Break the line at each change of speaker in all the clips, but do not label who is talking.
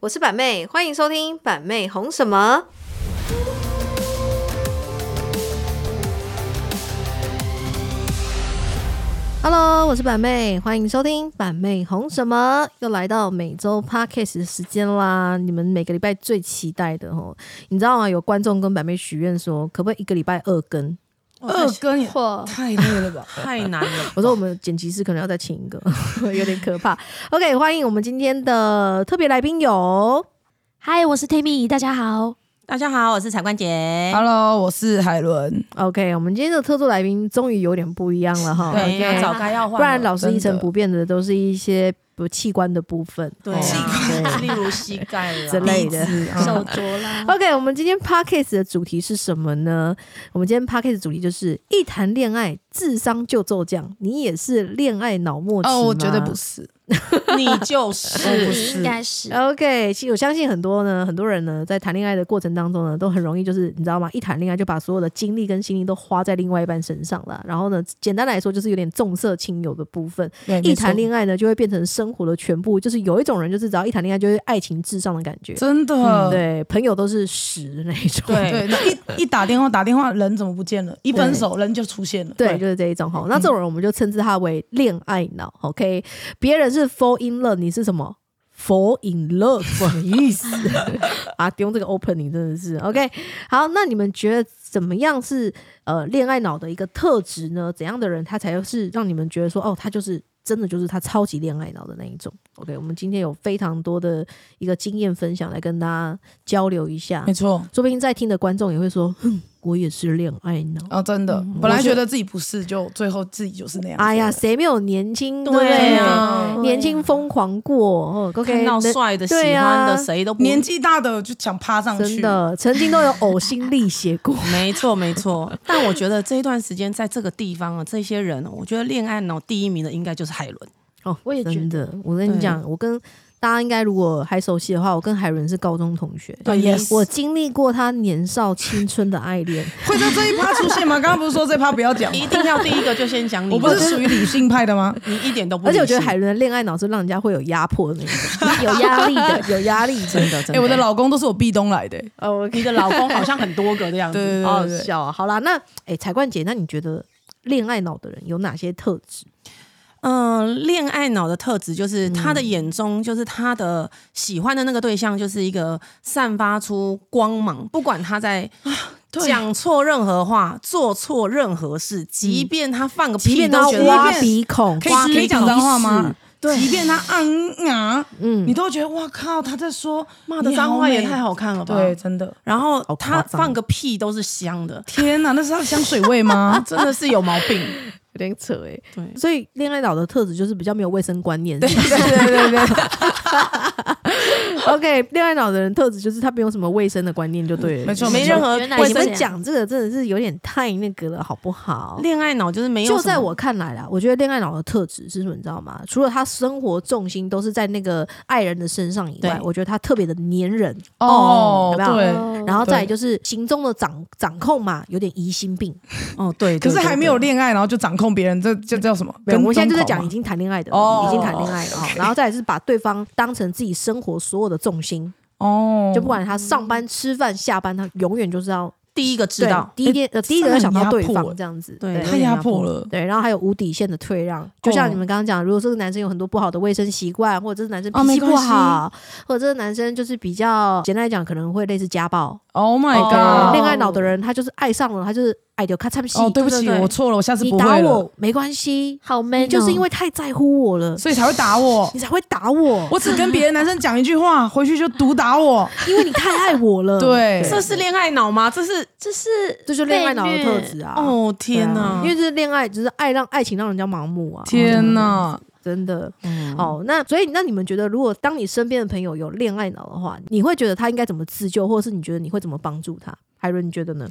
我是板妹，欢迎收听板妹红什么。Hello，我是板妹，欢迎收听板妹红什么，又来到每周 podcast 的时间啦！你们每个礼拜最期待的哦，你知道吗？有观众跟板妹许愿说，可不可以一个礼拜二更？
二 更也
哇，
太累了吧，太难了。
我说我们剪辑师可能要再请一个， 有点可怕。OK，欢迎我们今天的特别来宾有
嗨，我是 Tammy，大家好。
大家好，我是彩冠
哦
姐。
Hello，我是海伦。
OK，我们今天的特殊来宾终于有点不一样了哈。
对
OK
要早该要换了，
不然老是一成
真的
不变的，都是一些不器官的部分。
对
哦
啊
器
对
例如膝盖啦
之类的，
鼻子啊
手镯啦
OK，我们今天 podcast 的主题是什么呢？我们今天 podcast 的主题就是一谈恋爱，智商就骤降。你也是恋爱脑末期
哦，我觉得
吗
不是，
你就
我不
是
是
应该是
呃 OK，其实我相信很多呢，很多人呢，在谈恋爱的过程当中呢，都很容易就是你知道吗？一谈恋爱就把所有的精力跟心力都花在另外一半身上了。然后呢，简单来说就是有点重色轻友的部分。
对
一谈
爱
恋爱呢，就会变成生活的全部。就是有一种人，就是只要一谈恋爱，就是爱情至上的感觉。
真
嗯
的
对，朋友都是屎那种。
对，那一一打电话打电话人怎么不见了？一分手人就出现了。
对，就是这一种
嗯
哈。那这种人我们就称之他为恋爱脑。OK，别人是 fall in love，你是什么？fall in love 什么意思啊？用这个 opening 真的是 OK。好，那你们觉得怎么样是呃恋爱脑的一个特质呢？怎样的人他才是让你们觉得说哦，他就是。真的就是他超级恋爱脑的那一种。OK，我们今天有非常多的一个经验分享来跟大家交流一下
没，错。
说不定在听的观众也会说，哼，我也是恋爱脑。
哦，真的，本来觉得自己不是，就最后自己就是那样。
哎呀，，谁没有年轻？对不
对
对
啊
年轻疯狂过哦，OK，
看到
能
帅的、喜
对啊
欢的，谁都不
年。纪大的就想趴上去，
真的曾经都有呕心沥血 过。
没错，没错。 但我觉得这一段时间在这个地方啊，这些人，我觉得恋爱脑第一名的应该就是海伦。
哦，
我也觉得
真的，我跟你讲，我跟大家应该如果还熟悉的话，我跟海伦是高中同学。
对，yes，
我经历过她年少青春的爱 恋，
会在这一趴出现吗？刚刚不是说这一趴不要讲吗？
一定要第一个就先讲你，
我不是属于理性派的吗？
你一点都不
而
理性。
且我觉得海伦的恋爱脑是让人家会有压迫的那种，
有压力的。
有压力
真 的，真
哎，我的老公都是我壁咚来的。欸
哦，
你的老公好像很多个的样
对对
子。
对
好好
对对。
笑啊！好啦，那哎，彩冠姐，那你觉得恋爱脑的人有哪些特质？
嗯，恋爱脑的特质就是他的眼中，就是他的喜欢的那个对象，就是一个散发出光芒，不管他在
对
讲错任何话、做错任何事，即便他放个
即
屁
便
都
他
觉得
挖
他
鼻孔，
可以
挖
可以讲
鼻孔
脏话吗
屎？
对，即便他嗯啊，
嗯
你都会觉得哇靠，他在说
骂的脏话也太
好
好看了
美。
吧？
对，，真的，
然后
好夸
他
张
放个屁都是香的，？
天哪，那是他的香水味吗
真的是有毛 病。
有点扯哎、
对，
所以恋爱脑的特质就是比较没有卫生观念。对
对对对，
OK，恋爱脑的人特质就是他没有什么卫生的观念，就对了。
没错
没任何
原来
哎
卫
你
是这
们
样
生。
讲这个真的是有点太那个了，好不好？
恋爱脑就是没有什
就
么，
在我看来啦，我觉得恋爱脑的特质是什么，你知道吗？除了他生活重心都是在那个爱人的身上以外
对，
我觉得他特别的粘人，
哦
有没有
对。
哦
然后再来
对
就是行踪的掌掌控嘛，有点疑心病。
哦，对，
可
对
是还没有。
对对
恋爱，然后就掌控别人，这这叫什么？
没有，
跟
我们现在就在
跟
讲
跑
已
吗
经谈恋爱的，
哦
已经谈恋爱了哈。然后再来是把对方当成自己生活所有的重心，
哦，
就不管他上班、吃饭、下班，他永远就是要
第一个知道，
对第一天，呃，第一个要想到对
哎这很压迫
方
欸
这样子，
对
对
太压迫了。哦
对，然后还有无底线的退让，就像你们刚刚讲，如果这个男生有很多不好的卫生习惯，或者这个男生
哦
脾
没
气
关
不
系
好，或者这个男生就是比较简单来讲，可能会类似家暴。
Oh my
哦
对
god！
恋爱脑的人，他就是爱上了，他就是爱的咔嚓戏。
哦，对不起，
对对
我错了，我下次
你
不
打
会了，
我没关系，
好 man，
你
哦
就是因为太在乎我了，
所以才会打我。
你才会打我，
我只跟别的男生讲一句话，回去就毒打我。
因为你太爱我 了。
对
这是恋爱脑吗？这是
这是
这就是恋爱脑的
被
特
虐
质啊。
哦
对啊
天哪！
因为这是恋爱，就是爱让爱情让人家盲目啊！
天哪！
真的
嗯
哦，那所以那你们觉得，如果当你身边的朋友有恋爱脑的话，你会觉得他应该怎么自救，或者是你觉得你会怎么帮助他？海伦，你觉得呢？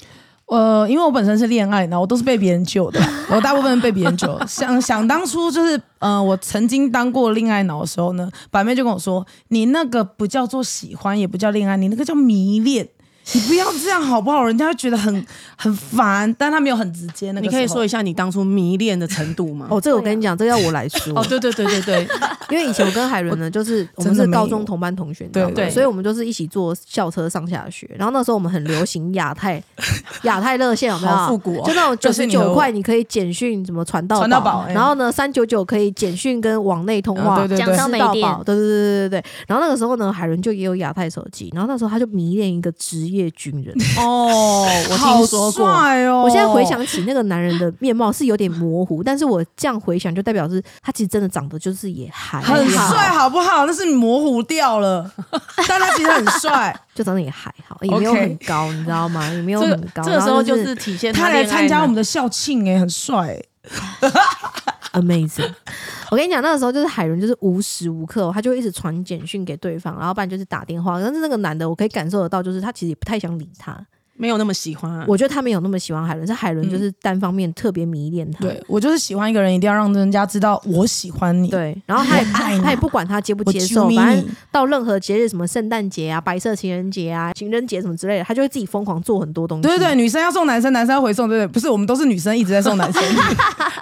呃，因为我本身是恋爱脑，我都是被别人救的， 我大部分被别人救。想想当初就是，呃，我曾经当过恋爱脑的时候呢，板妹就跟我说：“你那个不叫做喜欢，也不叫恋爱，你那个叫迷恋。”你不要这样好不好？人家会觉得很 很烦，但他没有很直接。那个
你可以
时候
说一下你当初迷恋的程度吗？
哦，这个我跟你讲，这个要我来说。
哦，对对对对对，
因为以前我跟海伦呢，就是我们
真的
是
没有
高中同班同学，你知道吗
对
所以我们就是一起坐校车上下学。然后那时候我们很流行亚太 亚太热线，有没
好复
有？
古哦
就那种九
就是
十
你和
九
我
块，你可以简讯什么传到
传到宝哎
然后呢三九九可以简讯跟往内通
啊
话，
对对
讲
对
到
吃
美
到
店
饱，对对对对对对。然后那个时候呢，海伦就也有亚太手机，然后那时候他就迷恋一个职业军人。
哦，我
听说过
好帅哦，
我现在回想起那个男人的面貌是有点模糊，但是我这样回想就代表是他其实真的长得就是也还
很
好
帅，好不好？但是你模糊掉了，但他其实很帅。
就长得也还好，也没有
OK
很高，你知道吗？也没有
这个
很高。
这个时
然
候
后
就
就是
是体现
他来
恋爱
参加
脑
我们的校庆，哎，很帅欸。
amazing。我 跟你讲，那个时候就是海伦，就是无时无刻、他就一直传简讯给对方，然后不然就是打电话。但是那个男的，我可以感受得到，就是他其实也不太想理他。
没有那么喜欢啊。
我觉得他没有那么喜欢海伦，是海伦就是单方面特别迷恋他。
对我就是喜欢一个人，一定要让人家知道我喜欢你。，
对然后他也
我爱你
他也不管他接不
我
接受，
啾咪
反正
你。
到任何节日，什么圣诞节啊、白色情人节啊、情人节什么之类的，他就会自己疯狂做很多东西。
对对对，女生要送男生，男生要回送，对不对？不是，我们都是女生一直在送男生，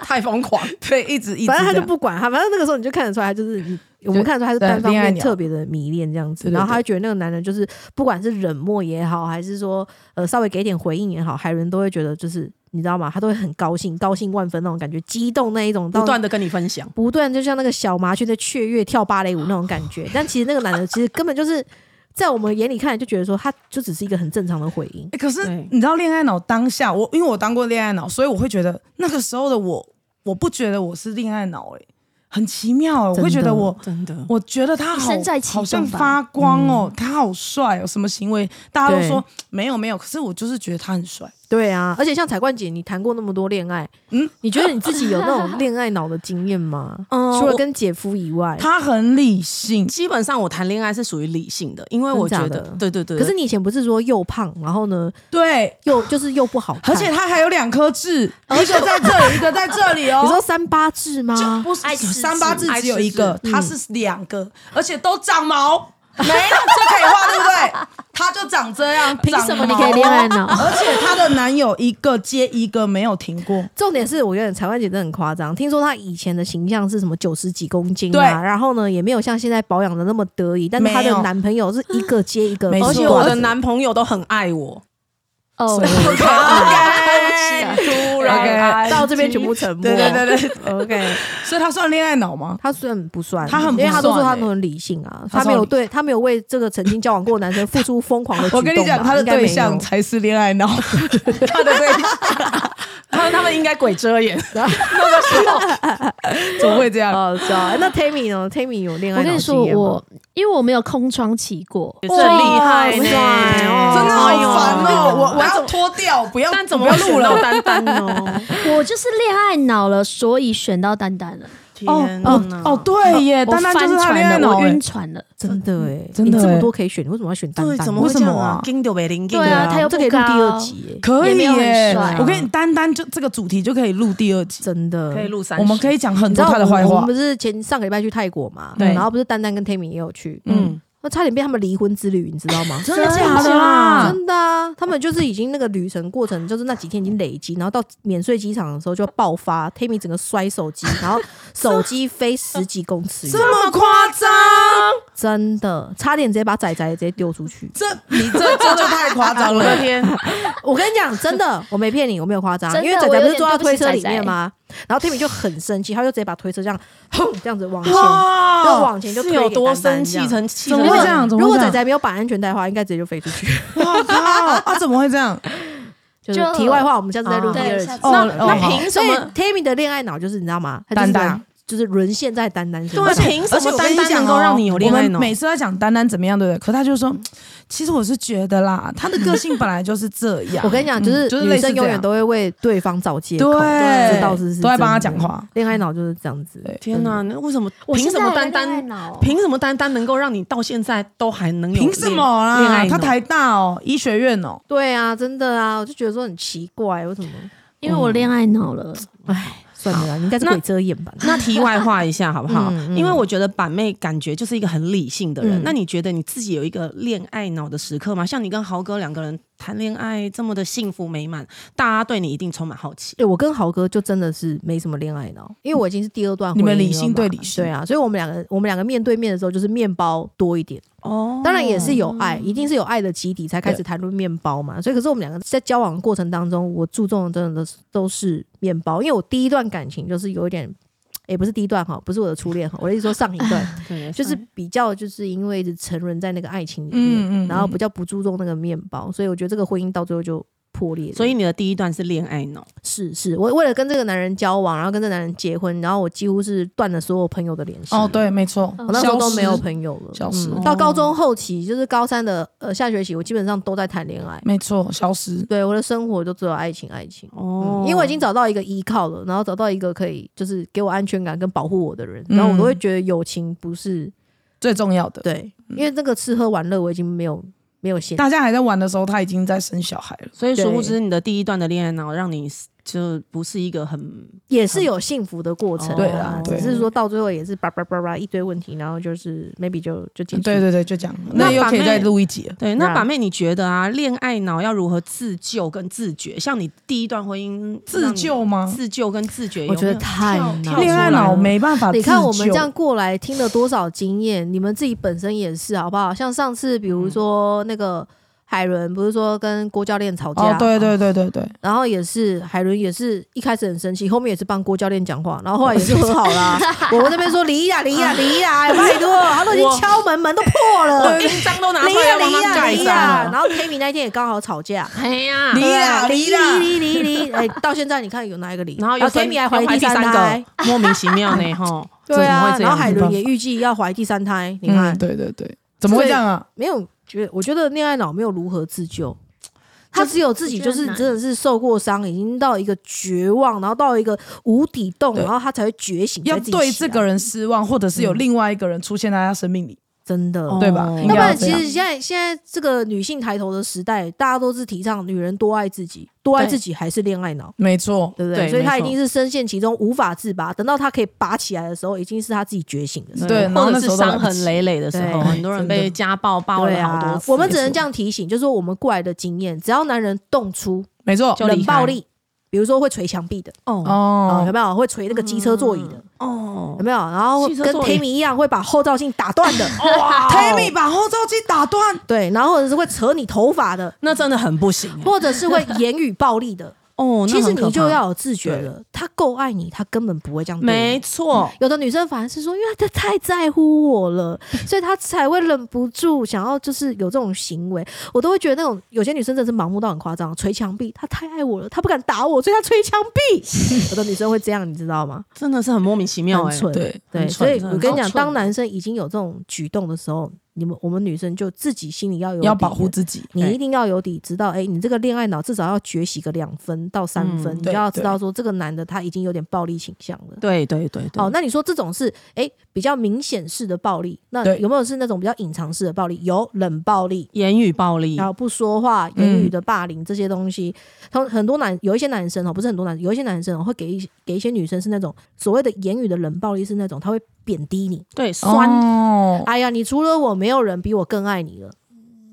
太疯狂，
对，一直一直这样。
反正他就不管他，反正那个时候你就看得出来，他就是你我们看得出来他是单方
对恋爱
面
脑
特别的迷恋这样子，
对对对
然后他就觉得那个男人就是不管是冷漠也好，还是说呃稍微给点回应也好，海伦都会觉得就是你知道吗？他都会很高兴，高兴万分那种感觉，激动那一种，
不
到
断的跟你分享。
不断就像那个小麻雀在雀跃跳芭蕾舞那种感觉。但其实那个男的其实根本就是在我们眼里看来就觉得说他就只是一个很正常的回应，
欸可是
对
你知道恋爱脑当下，我因为我当过恋爱脑，所以我会觉得那个时候的我，我不觉得我是恋爱脑，哎，很奇妙、欸，我会觉
真
得
的
我。
真的，
我觉得他好
身在其
好像
中吧
发光哦，他好帅哦，什么行为大家都
对
说没有没有，可是我就是觉得他很帅。
对啊，而且像彩冠姐，你谈过那么多恋爱，嗯
嗯，
你觉得你自己有那种恋爱脑的经验 吗？
嗯
除了
我
跟姐夫以外，
哦他很理性，
基本上我谈恋爱是属于理性的，因为我觉
真假
得
的，
对对对，
可是你以前不是说又胖，然后呢
对，
又就是又不好看，
而且他还有两颗痣，
哦
一个 在这里，一个在这里哦。
你说三八痣吗？
不是
爱吃嗯痣
三八痣只有一个
爱，
它是两个，而且都长 毛，没有这可以画对不对？它就长这样，
凭什么
长
你
毛
可以恋爱？脑？
而且她的男友一个接一个没有停过，
重点是，我觉得彩冠姐真的很夸张。听说她以前的形象是什么九十几公斤
对
啊，然后呢也没有像现在保养的那么得意，但是她
没
的
有
男朋友是一个接一个，
没错
而且我的 男朋友都很爱我。
哦， 啊
突
然
到这边全部沉默。
啊对对对对，
，OK。
所以他算恋爱脑 吗？
他虽然不算，
他很不
因为他都说
算
他
欸
都很理性啊，
他
他
超
没有
理
对他没有为这个曾经交往过的男生付出疯狂的举动啊
我
吧。
跟你讲，他的
应该没
对
有
象才是恋爱脑，他的对象
他们他们应该鬼遮 眼，
怎么会这样？
哦，知道。哎那 Tammy 呢？Tammy 有恋爱
我跟
脑经
你说，
验吗
我因为我没有空窗期过，
这厉害
哇帅哦
呢，
真的好
哎呦
烦哦！我我
但
要脱掉，不要
但怎么
不要
会
录
选
了
到？丹丹呢？
我就是恋爱脑了，所以选到丹丹了。
天哪
哦，对耶，
我
单单就是他
翻
恋爱
船了，
脑哎
我
耶
晕船了。
真的哎，
真
你
的
这么
欸
多可以选，你为什么要选单
对，
单？
怎么会
为什
这样
么啊
啊？金丢北林，
对啊他又
这可以录
不高
第二集欸，
可
也
以
没有很
耶
帅啊！
我跟你单单就这个主题就可以录第二集，
真的
可以。录三十，
我们可以讲很
啊你知
多
道
他的坏
我我
话
们不。是前上个礼拜去泰国嘛？
对
然后不是丹丹跟 Tammy 也有去，嗯，
嗯，
那差点被他们离婚之旅，你知道吗？
真
的假
的啦？
真的啊，他们就是已经那个旅程过程，就是那几天已经累积，然后到免税机场的时候就爆发，Tammy 整个摔手机，然后手机飞十几公尺 远，
这么夸张？
真的差点直接把仔仔直接丢出去。
这你这这就太夸张
我的
了。
天，
我跟你讲，真的，我没骗你，我没有夸张
真，的
因为仔仔不是坐
我
到
有
推
点
车
对不
里
起仔仔
面吗？然后 Tammy 就很生气，他就直接把推车这样，哼，这样子往前，就
哦
哇！
往前就是推给
有多
丹丹
生
这
气
样
成气
怎么
成
如
会
果
这样怎么
如
会
果
这
仔仔
样
没有绑安全带的话，应该直接就飞出去。
我靠！啊，怎么会这样？
就是
就
题外话，我们下次再录
哦
第二
对
集
下。次
哦
那那
哦好
凭什
所以
么？
Tammy 的恋爱脑就是你知道吗？她就是
丹丹
这样就是沦陷在丹丹身上。
对，啊凭什
而且
么
我跟
丹
你
丹
讲
能
哦
够让你有恋爱
我
脑
们？每次在讲丹丹怎么样，对不对？可他就说，其实我是觉得啦，他的个性本来就是这样。
我跟你讲，就是
嗯就是
女
类似
生永
这
远
样
都会为对方找借口，
对
这倒是是
都在帮他
真的
讲话。
恋爱脑就是这样子
对，
天哪，那为什么？
我
凭什么丹
现在还在恋爱
丹？
脑？
凭什么丹丹能够让你到现在都还能有
凭什
恋
么
恋
啦
爱？脑
他台大哦，医学院哦，
对啊，真的啊，我就觉得说很奇怪，为什么？
因为我恋爱脑了。
算了啦，你应该是
那
鬼遮眼吧？
那题外话一下好不好？
嗯嗯
因为我觉得板妹感觉就是一个很理性的人。
嗯
那你觉得你自己有一个恋爱脑的时刻吗？像你跟豪哥两个人谈恋爱这么的幸福美满，大家对你一定充满好奇。
对我跟豪哥就真的是没什么恋爱脑，因为我已经是第二段婚姻
你们理
了
性
嘛
对理性
对啊，所以我们两个我们两个面对面的时候就是面包多一点，
哦
当然也是有爱，一定是有爱的基底才开始
对
谈论面包嘛。所以可是我们两个在交往的过程当中，我注重的真的都是都是面包，因为我第一段感情就是有一点，也、不是第一段哈，不是我的初恋哈，我的意思说上一 段
对，
就是比较就是因为一直沉沦在那个爱情里面，
嗯嗯嗯，
然后比较不注重那个面包，所以我觉得这个婚姻到最后就破裂了。
所以你的第一段是恋爱脑，
是是，我为了跟这个男人交往，然后跟这个男人结婚，然后我几乎是断了所有朋友的联系。
哦，，对，没错，
我那时候
消
都
失
没有朋友了。
消失
嗯到高中后期，就是高三的呃下学期，我基本上都在谈恋爱。
没错，消失。
对我的生活就只有爱情，爱情。
哦
嗯，因为我已经找到一个依靠了，然后找到一个可以就是给我安全感跟保护我的人，然后我都会
嗯
觉得友情不是
最重要的，
对，因为那个吃喝玩乐我已经没有没有限。
大家还在玩的时候，他已经在生小孩了。
所以殊不
对
知你的第一段的恋爱脑让你就不是一个很
也是有幸福的过程，哦
对
啦
只
对
是说到最后也是叭叭叭叭一堆问题，然后就是 maybe 就就结束。
对对对，就这样。
那
那又
把
可以
妹
再录一集了。
对。
对
那
啊
板妹，你觉得啊，恋爱脑要如何自救跟自觉？像你第一段婚姻
自、救
让你
吗？
自救跟自觉有没有，
我觉得太
跳
难
跳
了
出
恋爱
来
脑
了
没办
啊
法自救。
你看我们这样过来听了多少经验，你们自己本身也是好不好？像上次比如
嗯
说那个海伦，不是说跟郭教练吵架，
哦，对，对对对对，
然后也是海伦也是一开始很生气，后面也是帮郭教练讲话，然后后来也 是和好啦。我这边说离呀离呀
啊
离呀，拜托，他都已经敲门，门都破了，
印章哦都拿
离
出来
呀
了，
离
妈妈
呀
盖啊
离啊
章
呀。
了。
然后 Kimi 那天也刚好吵 架。
哎呀
离 啦
离
离啦
啊离离离，哎，到现在你看有哪一个离？啊
然后又
然后
生
Kimi 还怀
又
第
第
三胎
个，，莫名其妙 呢，吼，
对
怎么
啊
会，这
然后
样
海
子？
伦也预计要怀第三胎，你看
嗯，对对对，怎么会这样啊？
没有觉得，我觉得恋爱脑没有如何自救，他只有自己就是
我觉得很难
真的是受过伤，已经到一个绝望，然后到一个无底洞，
对
然后他才会觉醒，
要
才自己
对
起
这
来
个人失望，或者是有另外一个人出现在他生命里，
真的。
哦
对啊吧？
要
应
要不
该
然，
这
其
样
实现在现在这个女性抬头的时代，大家都是提倡女人多爱自己，多爱
对
自己还是恋爱脑，
没错，
对不
对
对？所以
没
她一
错
定是深陷其中无法自拔。等到她可以拔起来的时候，已经是她自己觉醒的时候。
对然后
或者
那
是
时候都来
伤
不及
痕累累的时候，
对
很多人被
真的
家暴暴
对
了好多
啊，
次。
我们只能这样提醒，就是说我们过来的经验，只要男人动出，
没错。
就
冷
离开
暴力，比如说会捶墙壁的，
哦
哦，有
哦，
没有会捶那个机车座椅的，
哦
有，没有？然后
机车
跟
座椅
Tammy 一样会把后照镜打 断的，
哦
哇
Tammy 把后照镜打断，
对，然后或者是会扯你头发的，
那真的很不行欸
或者是会言语暴力的。
哦。那
其实
很可
你就
怕
要有自觉了，他够爱你，他根本不会这样对你
没。错，
有的女生反而是说，因为她太在乎我 了，所以她才会忍不住想要就是有这种行为。我都会觉得那种有些女生真的是盲目到很夸张，捶墙壁，她太爱我了，她不敢打我，所以她捶墙壁。 有的女生会这样，你知道吗？
真的是很莫名其妙
很
哎。
蠢。
对，
对，
很
所
蠢
以
真的
我跟你
很
讲，
蠢
当男生已经有这种举动的时候，你们我们女生就自己心里要有
要
底
保护
了，
自己。
你
对
一定要有底，知道哎、诶你这个恋爱脑至少要觉醒个两分到三
嗯
分，你就
对
要知
对
道说这个男的他已经有点暴力倾向了。
对对对对，
哦，那你说这种是哎、诶比较明显式的暴力，那
对
有没有是那种比较隐藏式的暴力？有冷暴力，
言语暴
嗯
力
然后不说话、言语的霸凌这些东西，他们很多男有一些男生哦，不是很多男，有一些男生哦会给一些给一些女生是那种所谓的言语的冷暴力，是那种他会贬低你，
对酸
哦，
哎呀，你除了我，没有人比我更爱你了，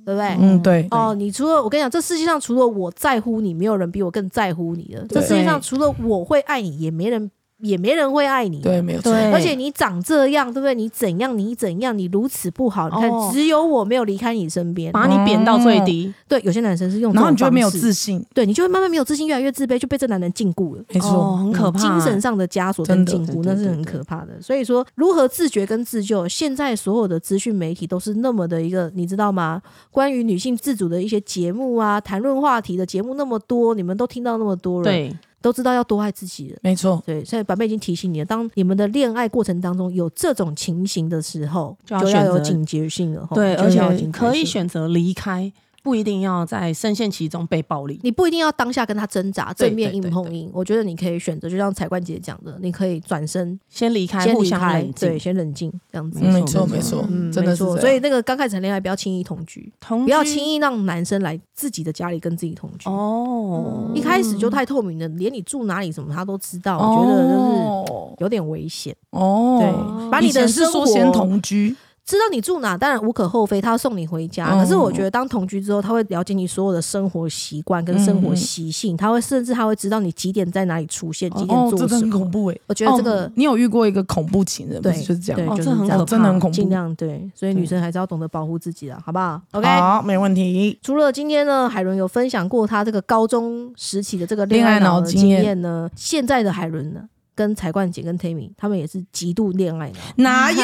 对不对？
嗯，对，
哦，你除了我跟你讲，这世界上除了我在乎你，没有人比我更在乎你了。这
对
世界上除了我会爱你，也没人也没人会爱你。
对，没有错。
对
而且你长这样，对不对？你怎样？你怎样？你如此不好，你看，
哦
只有我没有离开你身边。
把你贬到最低，
对，有些男生是用这
然
种
后你就会没有
方式
自信，
对你就会慢慢没有自信，越来越自卑，就被这男人禁锢了。
没
哦，
错，
很可怕
嗯
欸。
精神上的枷锁跟
真的
禁锢，
对对
那是
对
很
对
可怕的。所以说，如何自觉跟自救，现在所有的资讯媒体都是那么的一个，你知道吗？关于女性自主的一些节目啊，谈论话题的节目那么多，你们都听到那么多了，，
对，
都知道要多爱自己了。
没错，
对，所以板妹已经提醒你了，当你们的恋爱过程当中有这种情形的时候，
就
就要
要
有
选择
警觉性了。吼
对，
哦就
而
要有
且
警觉
可以
性
选择离开，不一定要在深陷其中被暴力。
你不一定要当下跟他挣扎，
对
正面
对
硬
对
碰硬。我觉得你可以选择，就像彩冠姐讲的，你可以转身
先离开，
先
互
离
相
开
冷，
对，
静。
先冷静这样子。
嗯没错
没错
嗯，
真
没
的是这
错。
样
所以那个刚开始谈恋爱，不要轻易同居，
同
不要
居
轻易让男生来自己的家里跟自己同居。
嗯哦
一开始就太透明了，连你住哪里什么他都知道，我觉得
哦
就是有点危险。
哦，
对，把你
以前
的
是
生
说
活
先同居，
知道你住哪，当然无可厚非，他要送你回家。
嗯
可是我觉得当同居之后，他会了解你所有的生活习惯跟生活习性，他会甚至他会知道你几点在哪里出现，几点
哦，
做
真的
什
很
么。
恐怖哎。
我觉得这个、
哦你有遇过一个恐怖情人，不
对
是就是这
对，
样？哦
就是
这很
这样
可怕
真的很恐怖
尽量对，所以
对
女生还是要懂得保护自己啦，好不好？OK。
好，没问题。
除了今天呢，海伦有分享过她这个高中时期的这个恋爱
恋爱脑
脑的
经
经
验
验呢，现在的海伦呢，跟彩冠姐跟 Tammy 他们也是极度恋爱脑。
哪有？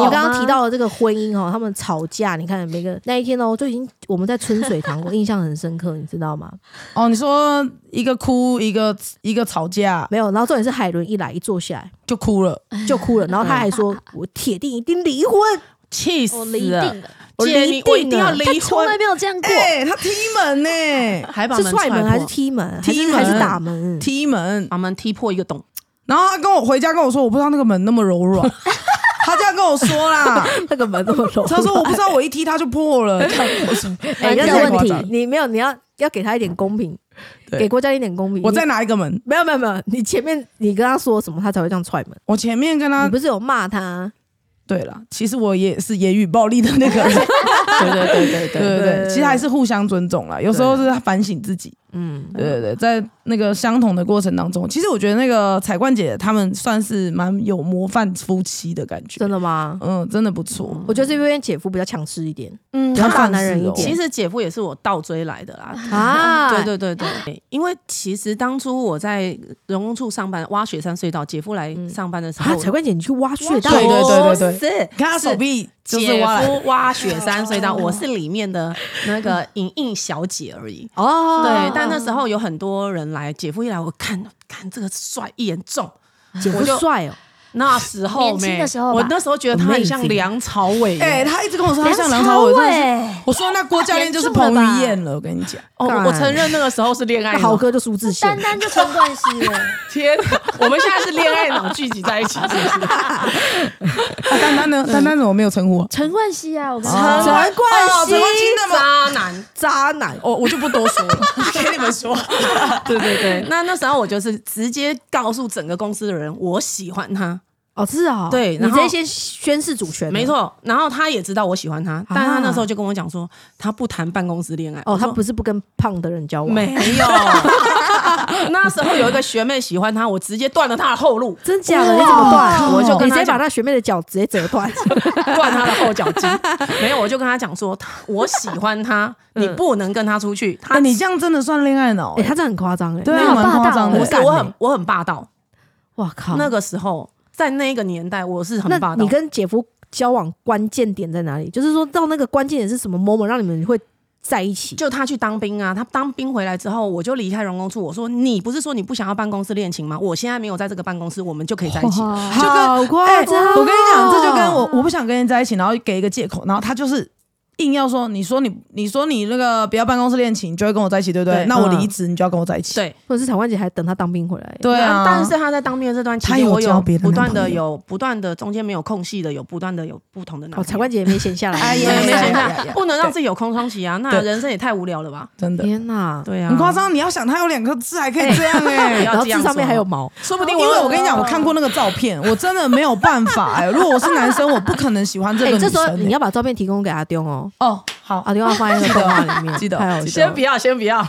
我
有
刚刚
吗
提到的这个婚姻哦，他们吵架，你看每个那一天哦，就已经我们在春水堂， 我印象很深刻，你知道吗？
哦，你说一个哭，一个一个吵架
没有，然后重点是海伦一来一坐下来
就哭了，
就哭了，然后他还说我铁定一定离婚，哦
气
我
死
离定了，
我
姐，
哦离
你我一
定啊
定要
了
啊离
他从
婚
来，没有这样过。
哎，他踢门呢，
还把
是
门
踹门
破
还是踢门，还
踢
是
门
还是打门？
踢门，
把门踢破一个洞？
然后他跟我回家跟我说，我不知道那个门那么柔软，他这样跟我说啦，
那个门那么柔
他说 我不知道我一踢它就破了，这样我说
哎，那是
这个
太
问
夸张
题，你没有，你要要给他一点公平，
对
给郭嘉玲一点公平。
我
你
再拿一个门，
没有没有没有，你前面你跟他说什么，他才会这样踹门？
我前面跟
你
他
不是有骂他？
对了，其实我也是言语暴力的那个人，
对对对对
对对
对
对，其实还是互相尊重啦，有时候是反省自己，
嗯，
对对对，在那个相同的过程当中，其实我觉得那个彩冠姐他们算是蛮有模范夫妻的感觉
真，的吗？
嗯，真的不错，
我觉得是因为姐夫比较强势一点。
嗯
比较大男人
算是
一
哦
点
其实姐夫也是我倒追来的 啦。
啊，
对对对对，因为其实当初我在人工处上班，挖雪山隧道，姐夫来上班的时
啊，
候，
彩冠姐，你去挖穴道？哦
对对对对对
是
你看他手臂就是
姐
挖来的，
夫挖雪山隧道，我是里面的那个 莹莹小姐而
嗯
已。
哦，
对，但那时候有很多人来，姐夫一来，我看看这个帅一眼 中。
姐夫
我就
帅哦，
那时候
年轻
妹
的时候吧
我那时候觉得他很像
Amazing
梁朝伟。
哎，他一直跟我说他
梁
像梁朝
朝
伟，
伟
我真的是我说那郭嘉玲就是彭于晏了，我跟你讲，
哦，
干
我承认那个时候是恋 爱
那豪
脑。
哥就苏志燮
单。单就陈冠希了，
天哪，我们现在是恋爱脑聚集在一起，是不是？
啊丹丹呢？丹丹怎么没有称呼我？
陈冠希啊，我们
哦
陈冠
哦
希
陈冠希那么
渣男。
渣男，
我我就不多 说了，给你们说。
对对对，那那时候我就是直接告诉整个公司的人，我喜欢他，
哦，是啊，
对
你
然后
这些宣誓主权，
没。错。然后他也知道我喜欢他，但他那时候就跟我讲说，他不谈办公室恋爱。
啊哦，他
我说
不是不跟胖的人交往，
没有。那时候有一 个学妹喜欢他，我直接断了他的后路，
真假的？你怎么断？
我就跟
你
他
直接把
讲
他学妹的脚直接折断。
断他的后脚筋。没有，我就跟他讲说，他我喜欢他，你
嗯
不能跟他出去。他
哎，你这样真的算恋爱脑
哎，？ 他这很夸张哎，
对
你
啊，
好
蛮
霸
夸
道
张的
不
哦
是。我很我很霸道，
哇靠！
那个时候在那个年代我是很霸
那
道。
你跟姐夫交往关键点在哪里？就是说到那个关键点是什么 moment 让你们会在一起？
就他去当兵啊，他当兵回来之后，我就离开荣工处。我说你不是说你不想要办公室恋情吗？我现在没有在这个办公室，我们就可以在一起。
哦
哇
就跟
好夸
哎，
张哦！
我跟你讲，这就跟我我不想跟人在一起，然后给一个借口，然后他就是。硬要说，你说你，你说你那个不要办公室恋情，你就会跟我在一起，对不对？
对
那我离职，你就要跟我在一起。
对
或者是台湾姐还等他当兵回来。欸
对啊，
但是他在当兵的这段期
他
间，
有
我
交
有
别的
不
男
断的
朋友
有不断的中间没有空隙的，有不断的有不同的男
哦，
朋
彩
友。
冠姐也没闲下来，
哎
对
呀
没
呀
想
呀呀
象
呀
不能让自己有空窗期啊，那
对
人生也太无聊了吧？
真的
天哪！
对啊，
很夸。张。你要想，他有两颗痣，还可以这样哎、
哎
然后
不要这样
字上面还有毛，
说不定
因为
我
啊我跟你讲，我看过那个照片， 我真的没有办法 哎、如果我是男生，我不可能喜欢这
哎、
个女
这
生
时
哎、
候你要把照片提供给阿丢哦，
哦，好，
阿丢要放在那个动画里面，
记得
太好
记
笑
先
了
不。要，先不要。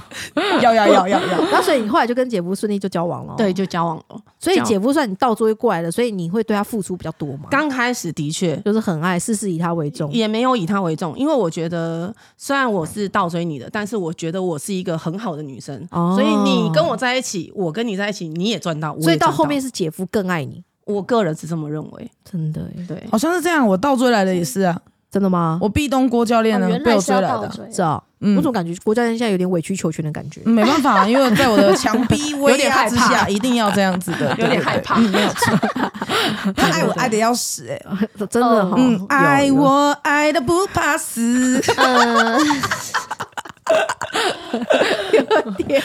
要要要要要，
然后所以你后来就跟姐夫顺利就交往了、，哦
对，就交往了。
所以姐夫算你倒追过来的，所以你会对他付出比较多嘛？
刚开始的确
就是很爱，事事以他为重。
也没有以他为重，因为我觉得虽然我是倒追你的，但是我觉得我是一个很好的女生，
哦
所以你跟我在一起，我跟你在一起，你也赚到，我也
所以到
赚
后面，是姐夫更爱你，
我个人是这么认为。
真的耶
对，
好像是这样。我倒追来的也是啊，
真的吗？
我壁咚郭教练呢、
哦原
被
来
我
是
追
要
来
倒
的，
追，
是啊、
嗯
我怎么感觉国家人现在有点委曲求全的感觉？
没办法、啊因为在我的强逼威
点
压
害
之
怕
下，一定要这样子的，
有点害怕。
嗯对。他爱我爱的要死哎、
真的哈、有
哦
嗯，爱
有
我爱的不怕死。
嗯，
天，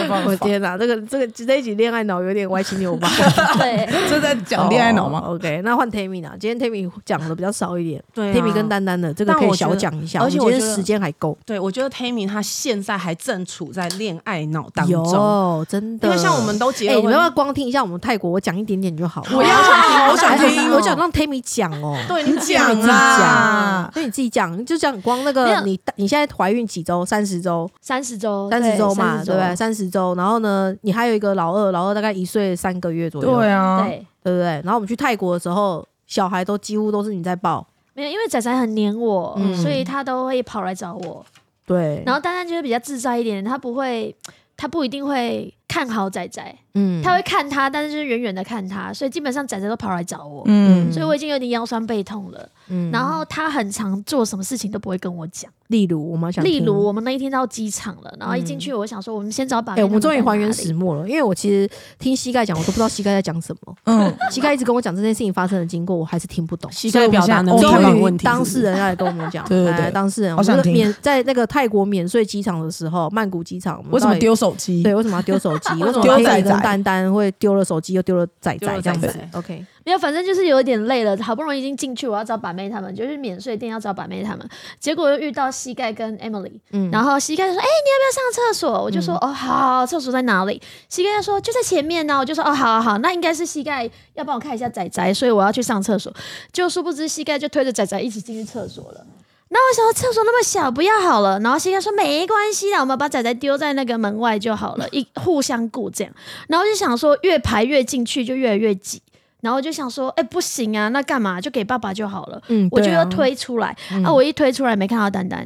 没办
我
法，
哦天哪，这个这个这一集恋爱脑有点歪七扭 八。哦
对，
这在讲恋爱脑吗？
o k 那换 Tammy 啦，今天 Tammy 讲的比较少一点、
对啊
t a m m y 跟
丹，
丹丹的这个
但
可以
我觉
小
得
讲一下，
而且
啊我们今
我觉
天
得
时间还够。
对我觉得 Tammy 她现在还正处在恋爱脑当中，
有真的，
因为像我们都结
哎、
了
你们
婚，
要不要光听一下我们泰国，我讲一点点就好了。
我要好想听，
我想哦让 Tammy 讲哦。
对你
讲
讲
啊
啊，
那你自己讲，就讲光那
没
个
有
你你现在怀孕几周？三十周，
三十周，
三十周嘛，
30
对不对？三十周，然后呢，你还有一个老二，老二大概一岁三个月左右，
对啊，
对，
哦对不对？然后我们去泰国的时候，小孩都几乎都是你在抱，
没有，因为仔仔很黏我，
嗯
所以他都会跑来找我。
对，
然后丹丹就会比较自在一点，他不会，他不一定会看好仔仔，
嗯
他会看他，但是就是远远的看他，所以基本上仔仔都跑来找我。
嗯，
所以我已经有点腰酸背痛了，
嗯
然后他很常做什么事情都不会跟我讲，
例如我们想听，嗯
例如我们那一天到机场了，然后一进去我想说我们先找把
哎、
妹，
我们终于
他在
还
哪
原
里
始末了，因为我其实听膝盖讲，我都不知道膝盖在讲什 么。
嗯，
膝盖一直跟我讲这件事情发生的经过，我还是听不懂。
膝盖表达能
哦我
力
们现在
有
终于
问题，
当事人要来跟我们 讲，哎
对对对
来当事人，
好想
我们
听
免在那个泰国免税机场的时候，曼谷机场，我们
为什么
到底？
丢手机？
对，为什么要丢手 机？为什么
丢
黑
仔
人跟
仔
丹丹会丢了手机又丢了仔
丢
仔
了
这样
仔
子
仔
？OK，
没有，反正就是有点累了，好不容易已经进去，我要找把妹他们，就是免税店要找把妹他们，结果又遇到膝盖跟 Emily，、
嗯，
然后膝盖就说：“哎、你要不要上厕所？”我就说：“哦，好，厕所在哪里？”膝盖就说：“就在前面呢、我就说：“哦，好好好，那应该是膝盖要帮我看一下仔仔，所以我要去上厕所。”就殊不知膝盖就推着仔仔一起进去厕所了。那我想说厕所那么小，不要好了。然后膝盖说没关系啦，我们把仔仔丢在那个门外就好 了，一互相顾这样。然后就想说越排越进去就越来越挤，然后就想说哎、不行啊，那干嘛就给爸爸就好了。
嗯，
我就
对
又
啊
推出来啊，我一推出来没看到丹丹，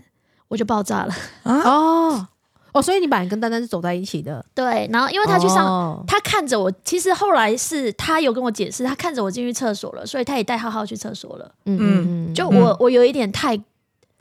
我就爆炸了。
哦哦，所以你本来跟丹丹是走在一起的，
对，然后因为他去上，
哦
他看着我，其实后来是他有跟我解释，他看着我进去厕所了，所以他也带浩浩去厕所了。
嗯嗯嗯，
就我、我有一点太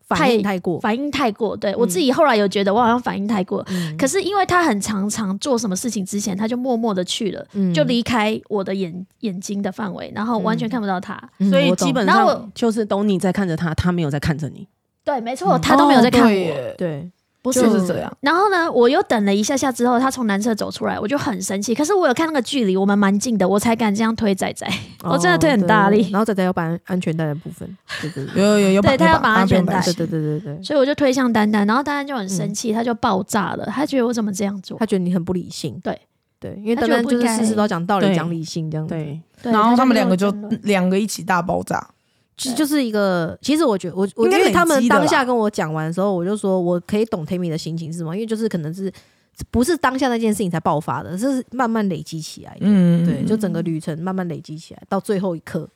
反应太过，
反应太过，对
嗯
我自己后来有觉得我好像反应太过，
嗯
可是因为他很常常做什么事情之前，他就默默的去了，
嗯
就离开我的眼眼睛的范围，然后完全看不到他。
嗯
所以
我懂
基本
然后我
上就是都你在看着他，他没有在看着你。
对，没错，他都没有在看
哦
我，
对耶
对，
不是
就是这样。
然后呢，我又等了一下下之后，他从男厕走出来，我就很生气。可是我有看那个距离，我们蛮近的，我才敢这样推仔仔。我真的推很大
哦对
力
对对然后仔仔要绑安全带的部分，对对 对
有有有有把，
对他要
有
绑安全带
绑
对对对对对，
所以我就推向丹丹，然后丹丹就很生气，他就爆炸了，他觉得我怎么这样做
他？觉得你很不理性，
对
对，因为
他
丹
觉得
丹
不
就
应
是
该
事事都要讲道理，
对
讲理性这样子，
对，
对
然后他们两个就嗯
他跟我
两个一起大爆炸，
其实就是一个，其实我觉得我我
应
因
该
为他
累
们
积的
当下
啦
跟我讲完的时候，我就说我可以懂 Tammy 的心情是什么，因为就是可能是不是当下那件事情才爆发的，是慢慢累积起来的，
嗯，
对，就整个旅程慢慢累积起来，到最后一刻，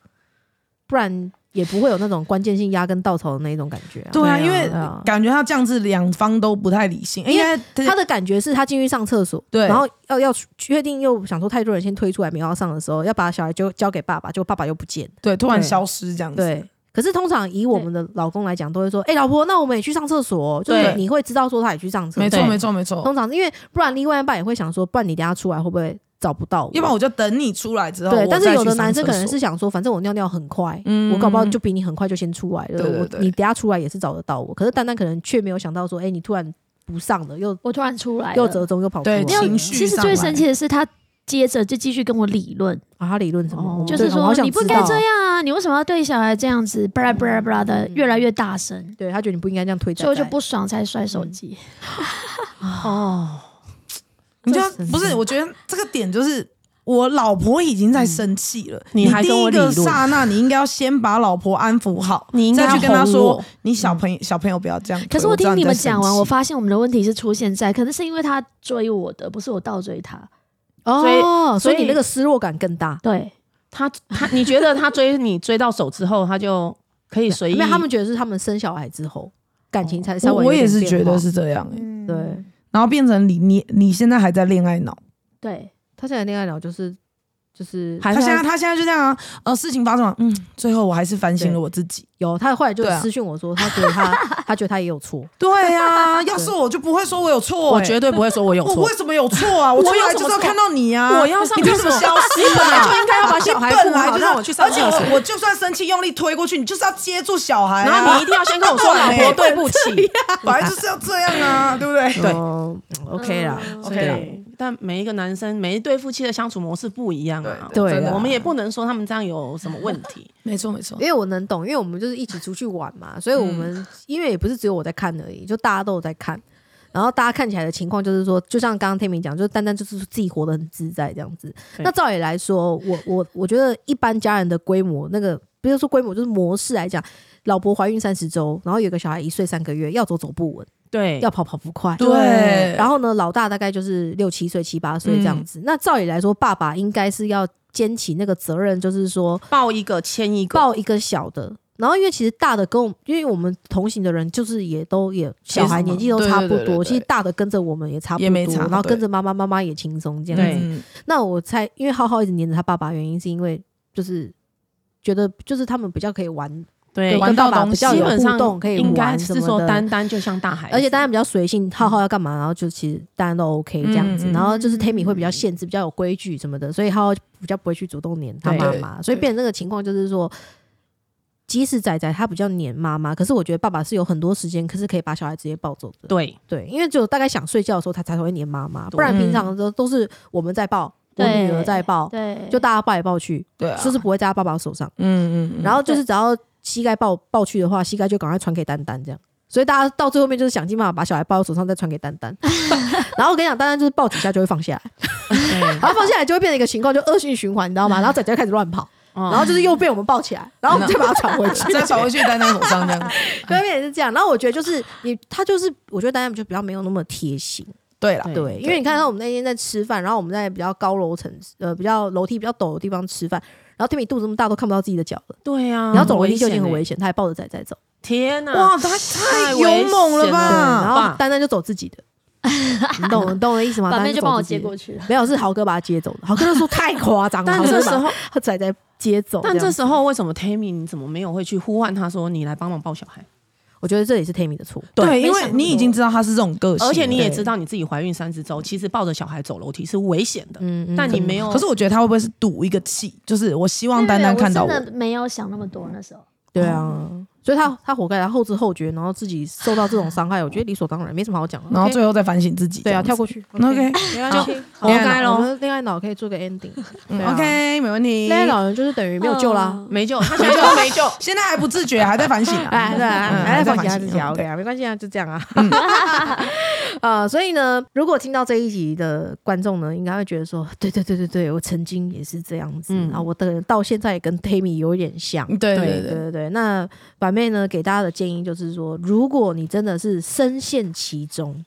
不然也不会有那种关键性压根稻草的那一种感觉啊。
对啊，
对啊
因为
对啊
感觉他这样子两方都不太理性，
因为
应该
他的感觉是他进去上厕所，
对
然后要要确定又想说太多人先推出来没有要上的时候，要把小孩就交给爸爸，结果爸爸又不见，
对突然
对
消失这样子，
对。可是通常以我们的老公来讲，都会说：“哎、老婆，那我们也去上厕所、哦。”就是
对
你会知道说他也去上厕所，
没错
对
没错没错，
通常因为不然另外一半也会想说，不然你等一下出来会不会找不到我？
要不然我就等你出来之后，
对，
我
但是
再
有的
去上
男生可
厕
能
所
是想说，反正我尿尿很快，
嗯
我搞不好就比你很快就先出来了，
对对
我
对
你等一下出来也是找得到我。可是丹丹可能却没有想到说，哎、你突然不上了，又
我突然出来了
又折中又跑出来
对
了，
情绪
其实
上来
最生气的是他。接着就继续跟我理论，
啊，他理论什么？
哦
我
就是
真的好
说
想
你不
知
该
道
这。样啊，你为什么要对小孩这样子？巴拉巴拉巴拉的，
嗯
越来越大声，
对他觉得你不应该这样推仔仔，
所以我就不爽，才摔手机。
哦，
你就要
就是
不是？我觉得这个点就是。我老婆已经在
嗯
生气了，
你还
第
跟
一个
我理论
刹那，你应该要先把老婆安抚好，
你应该嗯
再去跟她
哄
说
我，
你小朋友小朋友不要这样对。
可是我
知道
听你
在
们
生
讲完，
气
我发现我们的问题是出现在，可能是因为他追我的，不是我倒追他。
哦，所
所以
以你那个失落感更大。
对，
他他，你觉得他追你追到手之后，他就可以随意？
因为他们觉得是他们生小孩之后感情才稍微
哦我
有
我也
点
是
变
觉得
化
是这样、欸，
嗯，
对
然后变成你你你现在还在恋爱脑，
对，
他现在恋爱脑就是就是
还
他
是
现在他现在就这样啊，呃，事情发生了，嗯，最后我还是反省了我自己，
有他后来就
对啊
私讯我说，他觉得他 他觉得他也有错，
对呀、要是我就不会说我有错、
我
欸
绝对不会说我有
我
错
为。什么有错啊？我出来就是要看到你啊！
我要上
你凭什么消失啊？
你本来 就应该要把小孩
你
顾
本
好
来就是
让我去上
而且
厕所
我我就算生气用力推过去，你就是要接住小孩、啊。
然后你一定要先跟我说，老婆对不起。
本来就是要这样啊，对不对？
对，OK 嗯啦
嗯
所以
对啦
OK
但每一个男生、每一对夫妻的相处模式不一样啊。
对对真的
我们也不能说他们这样有什么问 题。
没错没错
因，为我能懂，因为我们就是一起出去玩嘛，所以我
嗯
们、因为也不是只有我在看而已，就大家都有在看。然后大家看起来的情况就是说，就像刚刚天明讲，就是单单就是自己活得很自在这样子。
对
那照理来说，我我我觉得一般家人的规模，那个不是说规模，就是模式来讲，老婆怀孕三十周，然后有个小孩一岁三个月，要走走不稳，
对
要跑跑不快。
对
然后呢，老大大概就是六七岁、七八岁这
嗯
样子。那照理来说，爸爸应该是要肩起那个责任，就是说
抱一个牵一个，
抱一个小的。然后因为其实大的跟我们，因为我们同行的人就是也都也
其实
小孩年纪都差不
嗯对对对对
多，
对
其实大的跟着我们也差不
也没
多，
差
然后
对
跟着妈妈，妈妈也轻松这样
对
子。
嗯
那我猜，因为浩浩一直黏着他爸爸，原因是因为就是觉得就是他们比较可以玩，
对
跟
玩到
爸爸
东
比
西
较
基
有
本
互动，
上
可以
应该
玩什
是
么
说
的。
丹丹就像大孩子，
而且大家比较随性，浩浩要干嘛，然后就其实大家都 OK 这样子，
嗯嗯嗯
然后就是 Tammy 会比较限制，比较有规矩什么的，所以浩浩比较不会去主动黏他妈妈，
对
所以变成那个情况就是说，即使仔仔他比较黏妈妈，可是我觉得爸爸是有很多时间，可是可以把小孩直接抱走的，
对
对，因为只有大概想睡觉的时候，他才会黏妈妈，
对
不然
嗯
平常都都是我们在抱，我
对
女儿在抱，
对，
就大家抱来抱去，
对啊，
就是不会在他爸爸手上。
嗯嗯，
然后就是只要膝盖抱抱去的话，膝盖就赶快传给丹丹这样。所以大家到最后面就是想尽办法把小孩抱到手上，再传给丹丹。 然后我跟你讲，丹丹就是抱几下就会放下来， 然后放下来就会变成一个情况，就恶性循环，你知道吗？然后仔仔就开始乱跑，
嗯
然后就是又被我们抱起来，然后我们 再把他传回去，
再跑回去丹丹手上 这样。
对，变成是这样。然后我觉得就是你，他就是我觉得丹丹就比较没有那么贴心。
对啦，
对
对，因为你看到我们那天在吃饭，然后我们在比较高楼层，呃，比较楼梯比较陡的地方吃饭，然后天米肚子这么大都看不到自己的脚了，
对啊，
你要走楼梯就已经很危
险欸。
险，他还抱着仔仔走。
天哪，
哇，他太勇猛了
对，
啊
然
吧！
后
爸
丹丹就走自己的，你懂你懂我的意思吗？
把
丹
妹
丹
就
走
帮我
自己
接
的
过去了。
没有是豪哥把他接走的，豪哥那时候太 夸张了，啊
但
豪哥
这
把
时候，
他仔仔接走样
但
子，
这时候为什么 Tammy 你怎么没有会去呼唤他说你来帮忙抱小孩？
我觉得这也是 Tammy 的错，
对，
没
因
想
为
过
你已经知道他是这种个性了，
而且你也
对
知道你自己怀孕三十周，其实抱着小孩走楼梯是危险的，
嗯，嗯
但你没有。
可是我觉得他会不会是赌一个气？就是我希望
没有
丹
没有
丹看到我，
啊真的没有想那么多那时候。
对啊，所以他他活该，他后知后觉，然后自己受到这种伤害，我觉得理所当然，没什么好讲的。
然后
OK，
最后再反省自己。
对啊，
这样
跳
子嗯
过啊去 没关
OK
系，
活
恋爱
该
脑我
咯
们恋爱脑可以做个 ending，对啊
嗯 OK，没问题。
恋爱脑人就是等于没有救啦。
嗯
没救，他现在都 没救。
现在还不自觉，还在反省啊，
哎，对啊，哎，放弃他自
自
己
己
啊
啊，
，OK
对
啊，没关系啊，就这样啊。 啊，所以呢，如果听到这一集的观众呢，应该会觉得说，对对对对对，我曾经也是这样子，
嗯
啊，我的到现在也跟 Tammy 有点像。
对对
对
对，
对对，那板妹呢给大家的建议就是说，如果你真的是深陷其中，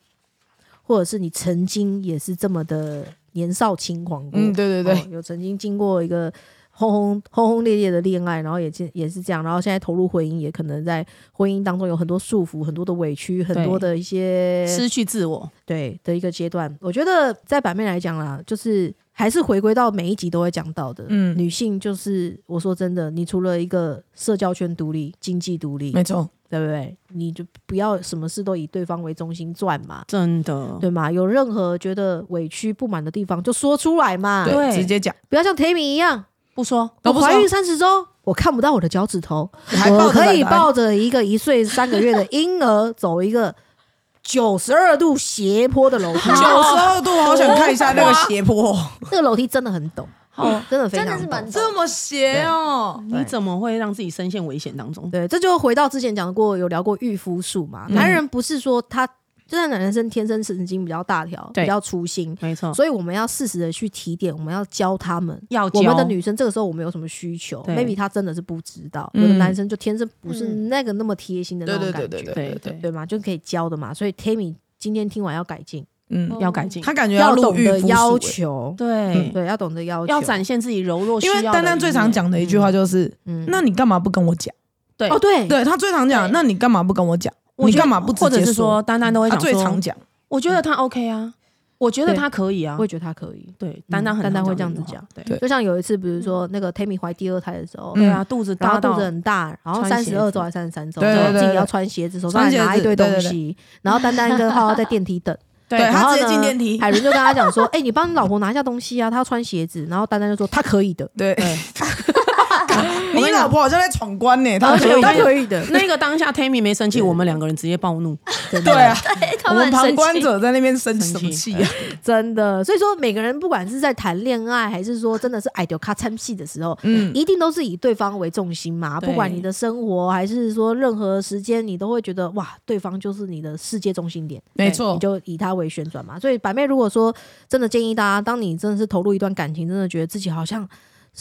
或者是你曾经也是这么的年少轻狂过，
嗯，对对
哦
对，
有曾经经过一个轰轰轰轰烈烈的恋爱，然后也是也是这样，然后现在投入婚姻，也可能在婚姻当中有很多束缚、很多的委屈、很多的一些
失去自我，
对的一个阶段。我觉得在版面来讲啦，就是还是回归到每一集都会讲到的，
嗯
女性就是我说真的，你除了一个社交圈独立、经济独立，
没错，
对不对？你就不要什么事都以对方为中心转嘛。
真的
对嘛？有任何觉得委屈、不满的地方，就说出来嘛。
对，
对
直接讲，
不要像 Tammy 一样，
不说
我
都不说哦
怀孕三十周，我看不到我的脚趾头，
还
我
抱着
可以
奶奶
抱着一个一岁三个月的婴儿走一个九十二度斜坡的楼梯，
九十二度，好想看一下那个斜坡，
那个楼梯真的很 陡，
好，
真的非
真的
常
是蛮
陡。
这么斜哦，
你怎么会让自己深陷危险当中？
对，这就回到之前讲过，有聊过御夫术嘛。
嗯
男人不是说他，就算男生天生神经比较大条，
对
比较粗心，
没错，
所以我们要适时的去提点，我们要教他们。
要
我们
教
的女生这个时候我们有什么需求
对
？maybe 她真的是不知道，
嗯
有的男生就天生不是
嗯
那个那么贴心的那种
对对
感觉，
对对对
对
对
对
对，
对吗？就可以教的嘛。所以 Tammy 今天听完要改进，嗯
嗯，
要改进。
他感觉
哦要
入
懂
狱
得
服
要
属欸，
求，
对，
对，要懂得要求，
要展现自己柔弱需
因
要的
为
一面。
丹丹最常讲的一句话就是，
嗯
那你干嘛不跟我讲？
对
哦，对，
对他最常讲，
对
那你干嘛不跟我讲？
我
你
觉得
干嘛不直
或者
接
是说丹丹都会
他
讲
最
说
常讲，
我觉得他 OK 啊，我觉得
对
他可以啊
我，也觉得他可以。
对，丹丹很
丹丹
常
会
讲
这样子
话，对
对
就像有一次，比如说那个 Tammy 怀第二胎的时候，
嗯
对啊，肚子
然后
大
肚
到
子 很大，然后
穿
三
鞋
十
子
二周还是三十三周，
对
然后
对对
自己
对
要穿鞋子，手上
穿
还
鞋子
拿一堆
对
东
对对
西，然后丹丹跟浩浩在电梯等，
对
然
他
后
直接进
呢
电梯，
海伦就跟他讲说：“哎，你帮你老婆拿一下东西啊，她要穿鞋子。”然后丹丹就说：“她可以的，
嗯
对，你老婆好像在闯关呢，她
而且
说
她可以 的。”
那个当下 Tammy 没生气，我们两个人直接暴怒，
真的
对啊，
哎 他
我们
们很
旁
生
观
气
者在那边生
生
什么
气
气啊？
真的，所以说每个人不管是在谈恋爱，还是说真的是爱丢咔参戏的时候，
嗯，
一定都是以对方为重心嘛。
对
不管你的生活还是说任何时间，你都会觉得哇，对方就是你的世界中心点，
没错
你，就以他为旋转嘛。所以百妹如果说真的建议大家，当你真的是投入一段感情，真的觉得自己好像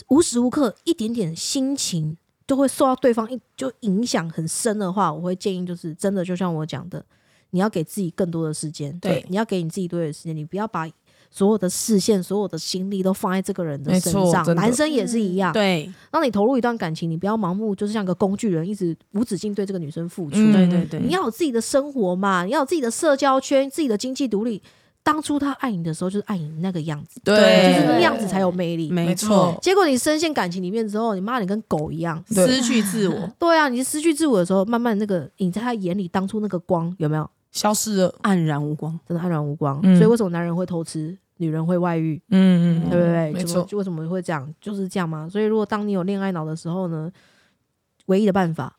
无时无刻一点点心情就会受到对方一就影响很深的话，我会建议就是真的就像我讲的，你要给自己更多的时间，
对
你要给你自己多的时间，你不要把。所有的视线、所有的心力都放在这个人的
没
身
错
上，
真的嗯
男生也是一样。
对，
当你投入一段感情，你不要盲目，就是像个工具人，一直无止境对这个女生付出。
嗯
对对对，
你要有自己的生活嘛，你要有自己的社交圈，自己的经济独立。当初他爱你的时候，就是爱你那个样子，
对，
就是那
对
样子才有魅力。
没
没错
错，
结果你深陷感情里面之后，你妈你跟狗一样。
对
失去自我，
对啊，你失去自我的时候，慢慢那个你在他眼里当初那个光有没有
消失了，
黯然无光。
真的黯然无光？
嗯
所以为什么男人会偷吃，女人会外遇，
嗯
对不对？
没
怎么
错，
就为什么会这样？就是这样嘛。所以如果当你有恋爱脑的时候呢，唯一的办法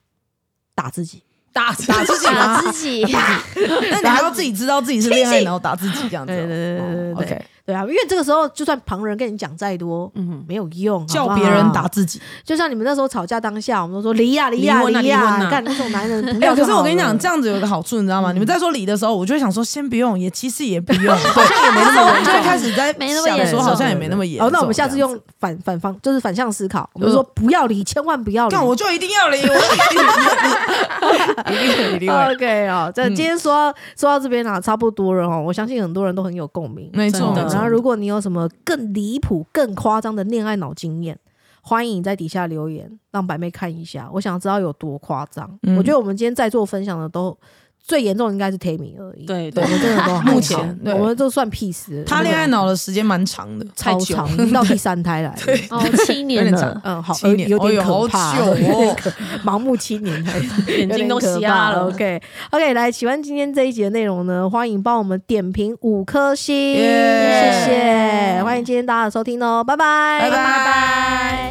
打自己。
打打自己吗？
打 自己，啊
那你还要自己知道自己是恋爱，然后打自己这样子哦。
对对对对对
哦
对
OK，
对啊，因为这个时候就算旁人跟你讲再多，
嗯，
没有用，好
叫
不好
别人打自己。
就像你们那时候吵架当下，我们哦都说离呀离呀
离婚啊
离
离婚
呀，
啊
干那种男人不
哎，
要。
可是我跟你讲，嗯这
样，
样子有一个好处，你知道吗？你们在说理的时候，我就会想说，先不用， 也其实也不用，好像也没那么，就会开始在
没那么严
想说
重
好像也没哦那么严重。
好，哦那我们下次
这样
用
子。嗯
反反方，就是反向思考，我们说不要离，千万不要离
干，。我就一定要理，我 一定一定一定会，
OK 哦，这
嗯
今天说到说到这边啊，差不多了哦。我相信很多人都很有共鸣。
没错
真的
然后，如果你有什么更离谱、更夸张的恋爱脑经验，欢迎你在底下留言，让百妹看一下。我想知道有多夸张。
嗯
我觉得我们今天在座分享的都最严重，的应该是 Tammy 而已。
对
我
对，
真的 都还好
目前对
我们都算 peace 了。
他恋爱脑的时间蛮长的，
超
太 久
长，已经到第三胎来了。
哦，七
有
年
点
了
长，
嗯，好，
七年
有
哎
点
呦
可怕，
好久哦
有点可 盲目七年了，
眼睛都瞎了。
OK OK，来，喜欢今天这一集的内容呢，欢迎帮我们点评五颗星，
耶
谢谢，欢迎今天大家的收听哦，拜拜，
拜拜
拜拜。